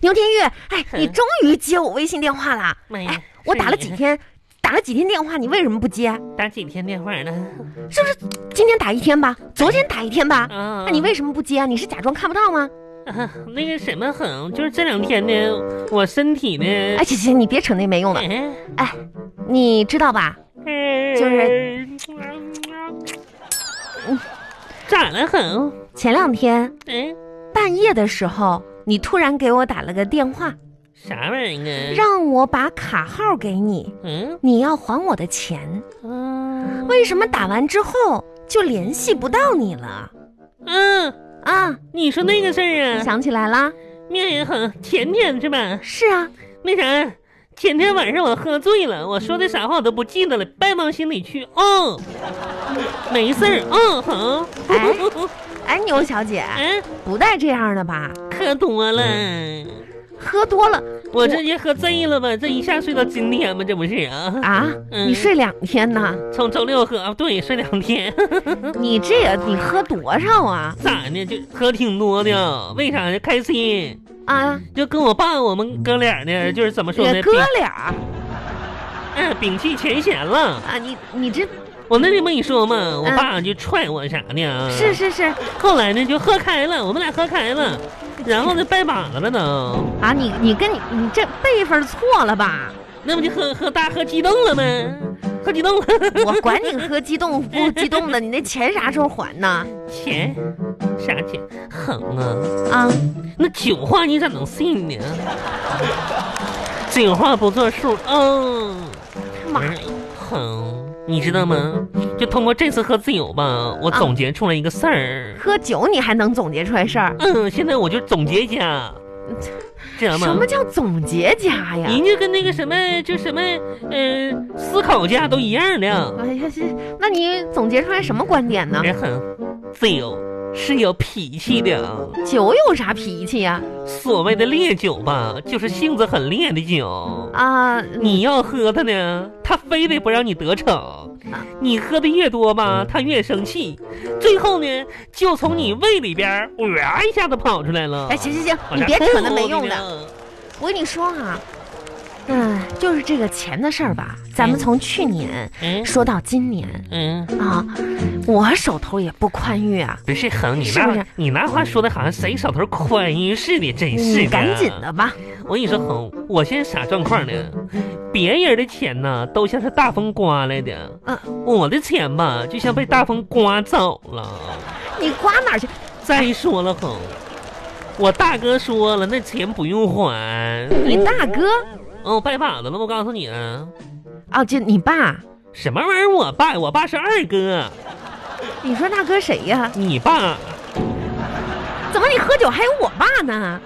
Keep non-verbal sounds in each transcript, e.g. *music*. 牛天玉，哎，你终于接我微信电话啦！妈呀哎，我打了是几你天，打了几天电话，你为什么不接？打几天电话呢？是不是今天打一天吧，昨天打一天吧？啊，那你为什么不接啊？你是假装看不到吗？啊那个什么很，就是这两天呢，我身体呢，哎，行行，你别扯那没用的。嗯哎，你知道吧？是咋了很？前两天嗯，半夜的时候，你突然给我打了个电话，啥玩意儿啊？让我把卡号给你，嗯你要还我的钱。嗯为什么打完之后就联系不到你了？嗯，啊，你说那个事儿啊？想起来啦？面也很，前天是吧？是啊，那啥，前天晚上我喝醉了，我说的啥话我都不记得了，别往心里去。嗯，没事儿。嗯，好。哎，牛小姐，嗯，不带这样的吧？喝多了，喝多了我这也喝醉了吧？这一下睡到今天吧，这不是啊？啊？嗯你睡两天呢？从周六喝，啊对，睡两天。 *laughs* 嗯你这也你喝多少啊？咋的？就喝挺多的，为啥呢？开心，啊，就跟我爸我们哥俩呢，就是怎么说呢？哥摒俩嗯、摒弃前嫌了。啊，你你这我那天不跟你说嘛，我爸就踹我啥的、啊是是是后来呢，就喝开了，我们俩喝开了，然后呢，拜把子了呢，啊，你你跟你你这辈分错 *laughs* 了吧？那不就喝喝大喝激动了吗？喝激动了， *laughs* 我管你喝激动不激动的，你那钱啥时候还呢？钱啥钱？狠啊！啊，那酒话你咋能信呢？酒话不作数，嗯、妈呀，哼，你知道吗？就通过这次喝自由吧，我啊总结出来一个事儿。喝酒你还能总结出来事儿？嗯，现在我就总结一下，知道吗？什么叫总结家呀？人家跟那个什么，就什么，呃，思考家都一样的。哎呀，这那你总结出来什么观点呢？人很自由，是有脾气的。酒有啥脾气呀？所谓的烈酒吧，就是性子很烈的酒。啊，你要喝它呢，它非得不让你得逞啊。你喝的越多吧，它越生气，最后呢，就从你胃里边儿哇一下子跑出来了。哎，行行行，往你下别扯那吐没用你的。呢。我跟你说啊，嗯，就是这个钱的事儿吧，咱们从去年嗯说到今年嗯，啊，我手头也不宽裕啊，不是恒，你是不是那，你那话说的好像谁手头宽裕似的，真是你嗯赶紧的。的吧。我跟你说，恒，我现在啥状况呢？别人的钱呢，都像是大风刮来的，嗯，我的钱吧，就像被大风刮走了。你刮哪儿去？再说了，哼，我大哥说了，那钱不用还。你大哥哦，拜把子了吗？我告诉你啊，啊，就你爸。什么玩意儿？我爸，我爸是二哥，你说大哥谁呀？你爸。怎么你喝酒还有我爸呢？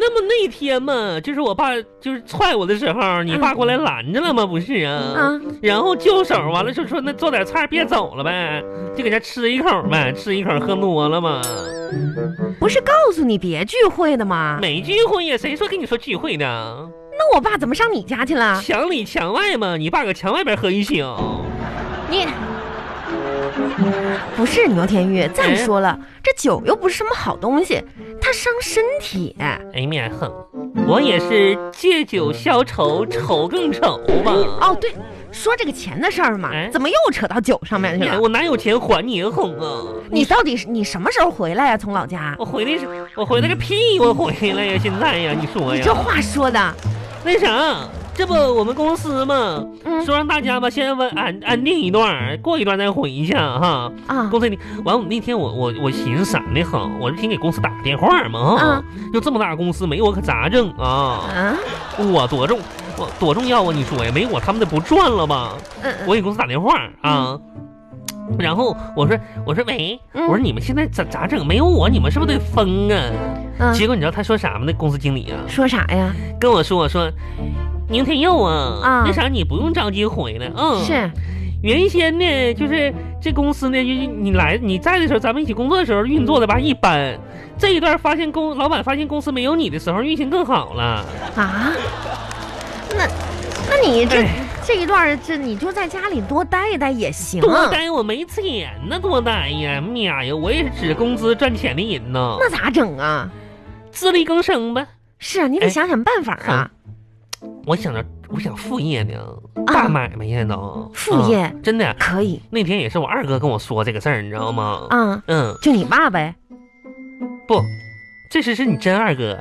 那么那天嘛，就是我爸就是踹我的时候，你爸过来拦着了吗？不是啊，啊然后就手，完了就说那做点菜，别走了呗，就搁家吃一口呗，吃一口喝多了嘛，不是告诉你别聚会的吗？没聚会呀，谁说跟你说聚会呢？那我爸怎么上你家去了？墙里墙外嘛，你爸搁墙外边喝一宿。你不是牛天玉，再说了，这酒又不是什么好东西，它伤身体。哎面哼，我也是借酒消愁，愁更愁吧。哦，对，说这个钱的事儿嘛哎，怎么又扯到酒上面去哎了？我哪有钱还你啊，哄啊？你到底是你什么时候回来呀、从老家？我回来是，我回来个屁！我回来呀，现在哎呀，你说你这呀，话说的，那啥，这不我们公司嘛，嗯说让大家吧，先安安安定一段儿，过一段再回一下哈。啊公司里，完我那天我我我寻思啥呢？哈，我是先给公司打个电话嘛，哈啊，就这么大公司没我可咋整啊？啊，我多重，我多重要啊！你说呀，没我他们的不赚了吧？嗯嗯我给公司打电话啊，然后我说我说喂，嗯我说你们现在咋咋整？没有我，你们是不是得疯啊？嗯，结果你知道他说啥吗？那公司经理啊，说啥呀？跟我说我说，宁天佑啊，啊那啥你不用着急回来，嗯，是原先呢就是这公司呢，就是你来你在的时候，咱们一起工作的时候运作的吧一般，这一段发现公老板发现公司没有你的时候运行更好了。啊，那那你这哎这一段儿这你就在家里多待一待也行多啊，呆，我没钱呢，多呆呀！妈呀，我也是指工资赚钱的人呐，那咋整啊？自力更生呗。是啊，你得哎嗯想想办法啊。我想着我想副业呢，啊大买卖呀都。副业啊真的，可以那天也是我二哥跟我说这个事儿，你知道吗？啊，嗯，就你爸呗。不，这是是你真二哥，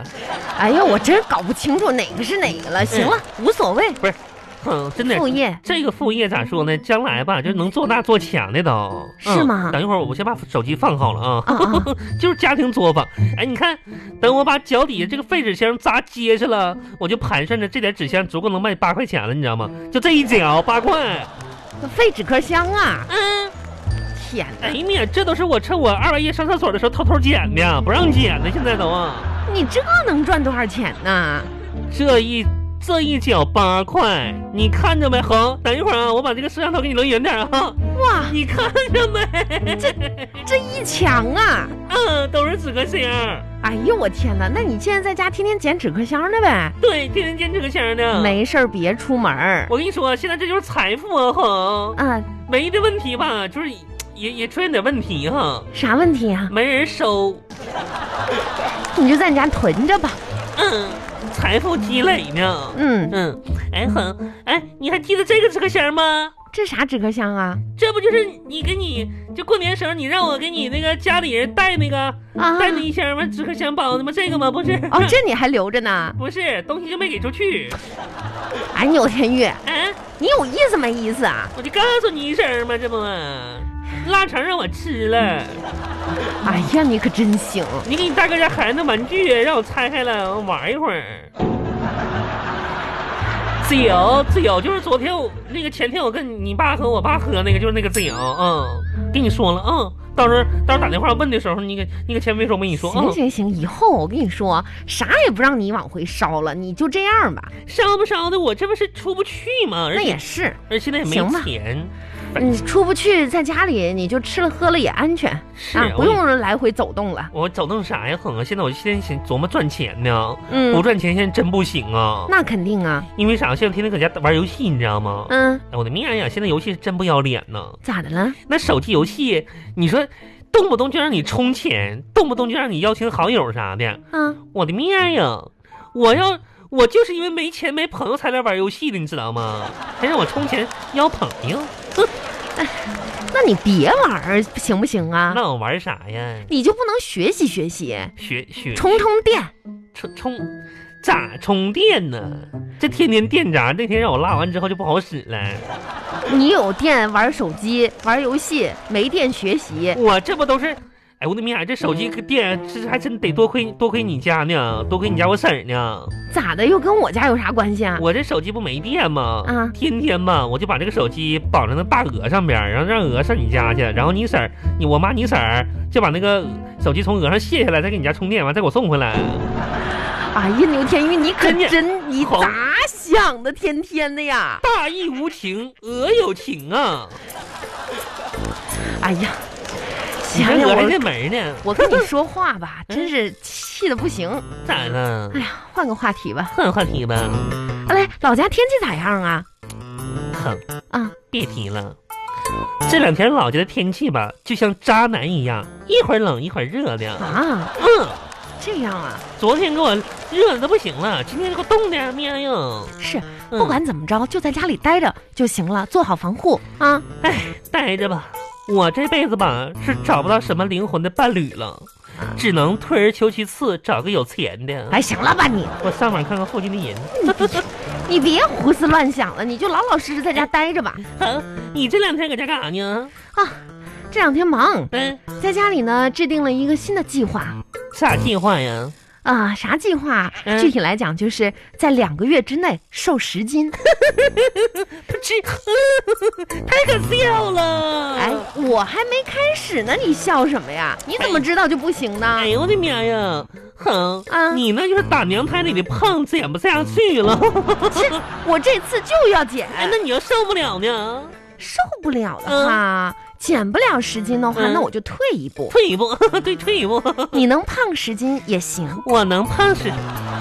哎呀，我真搞不清楚哪个是哪个了。行了，无所谓，哼，真的。副业这哎个副业咋说呢？将来吧，就能做大做强的都。嗯是吗等一会儿我先把手机放好了啊。啊啊 *laughs* 就是家庭作坊。哎，你看，等我把脚底下这个废纸箱砸结实了，我就盘算着这点纸箱足够能卖八块钱了，你知道吗？就这一脚八块。废纸壳箱啊！嗯，天哎哪，呀妈呀，这都是我趁我二半夜上厕所的时候偷偷捡的，啊不让捡的，现在都啊。你这能赚多少钱呢？这一这一脚八块，你看着没？恒，等一会儿啊，我把这个摄像头给你扔远点啊。哇，你看着没？这一墙啊！嗯，都是纸壳箱，哎呦我天哪，那你现在在家天天捡纸壳箱的呗？对，天天捡纸壳箱呢。，没事儿别出门儿。我跟你说，现在这就是财富啊，恒。啊，唯一的问题吧，就是也也出现点问题哈，啥问题啊？没人收，你就在你家囤着吧。嗯，财富积累呢，嗯，嗯，哎哼，哎，你还记得这个纸壳箱吗？这啥纸壳箱啊？这不就是你给你就过年时候你让我给你那个家里人带那个啊，带那一箱吗？纸壳箱包的吗？这个吗？不是，哦，这你还留着呢？ *laughs* 不是东西就没给出去，哎，牛天宇，哎，你有意思没意思啊？我就告诉你一声嘛，这不嘛，腊肠让我吃了，哎呀，你可真行！你给你大哥家孩子玩具让我拆开了，我玩一会儿。自由，自由，就是昨天我那个前天我跟你爸和我爸喝那个，就是那个自由，嗯，跟你说了，嗯，到时候到时候打电话问的时候，你给你给前辈说，我跟你说，行嗯，行行，以后我跟你说，啥也不让你往回烧了，你就这样吧。烧不烧的，我这不是出不去吗？而那且也是，而且现在也没行吧嗯啊钱，哎你出不去，在家里你就吃了喝了也安全是啊，我不用来回走动了。我走动啥呀，哼啊！现在我现在琢磨赚钱呢，不嗯，赚钱现在真不行啊，那肯定啊。因为啥？现在天天搁家玩游戏，你知道吗？嗯，哎，我的妈呀，现在游戏是真不要脸呢。咋的了？那手机游戏，你说动不动就让你充钱，动不动就让你邀请好友啥的，啊，我的妈呀！我要我就是因为没钱没朋友才来玩游戏的，你知道吗？还让我充钱邀朋友，那你别玩儿行不行啊？那我玩啥呀？你就不能学习学习，学学充充电？充充咋充电呢？这天天电闸那天让我拉完之后就不好使了，你有电玩手机、玩游戏，没电学习。我这不都是。哎，我的妈呀！这手机电这还真得多亏多亏你家呢，多亏你家我婶儿呢。咋的？又跟我家有啥关系啊？我这手机不没电吗？啊天天吧，我就把这个手机绑在那大鹅上边儿，然后让鹅上你家去，然后你婶儿、你我妈、你婶儿就把那个手机从鹅上卸下来，再给你家充电，完再给我送回来。哎呀，牛天宇，你可真的真，你好咋想的？天天的呀！大义无情，鹅有情啊！哎呀，你想这嗯想鹅还我，认门呢，我跟你说话 *laughs* 吧，真是气的不行。咋了哎？呀，换个话题吧。换个话题吧，啊来，老家天气咋样啊？哼，啊，别提了。这两天老家的天气吧，就像渣男一样，一会儿冷一会儿热的。啊，嗯，这样啊？昨天给我热的都不行了，今天给我冻的，喵呀！是，嗯不管怎么着，就在家里待着就行了，做好防护啊。待着吧，我这辈子吧是找不到什么灵魂的伴侣了，只能退而求其次，找个有钱的。哎，行了吧你， *laughs* 我上网看看附近的人。你别胡思乱想了，你就老老实实在家待着吧。啊，你这两天搁家干啥呢？这两天忙，嗯，在家里呢制定了一个新的计划啥计划呀？ *laughs* 啊、啥计划？嗯具体来讲，就是在两个月之内瘦 *laughs* 十斤。这 *laughs* 太可笑了！哎，我还没开始呢，你笑什么呀？你怎么知道就不行呢哎？呦我的妈呀！哼，啊你那就是打娘胎里的胖，减不下去了。这我这次就要减，哎，那你要受不了呢，受不了的话，减不了十斤的话，嗯那我就退一步。退一步， *laughs* 对，退一步。你能胖十斤也行。我能胖死，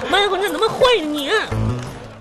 妈呀，我这怎么坏你、啊？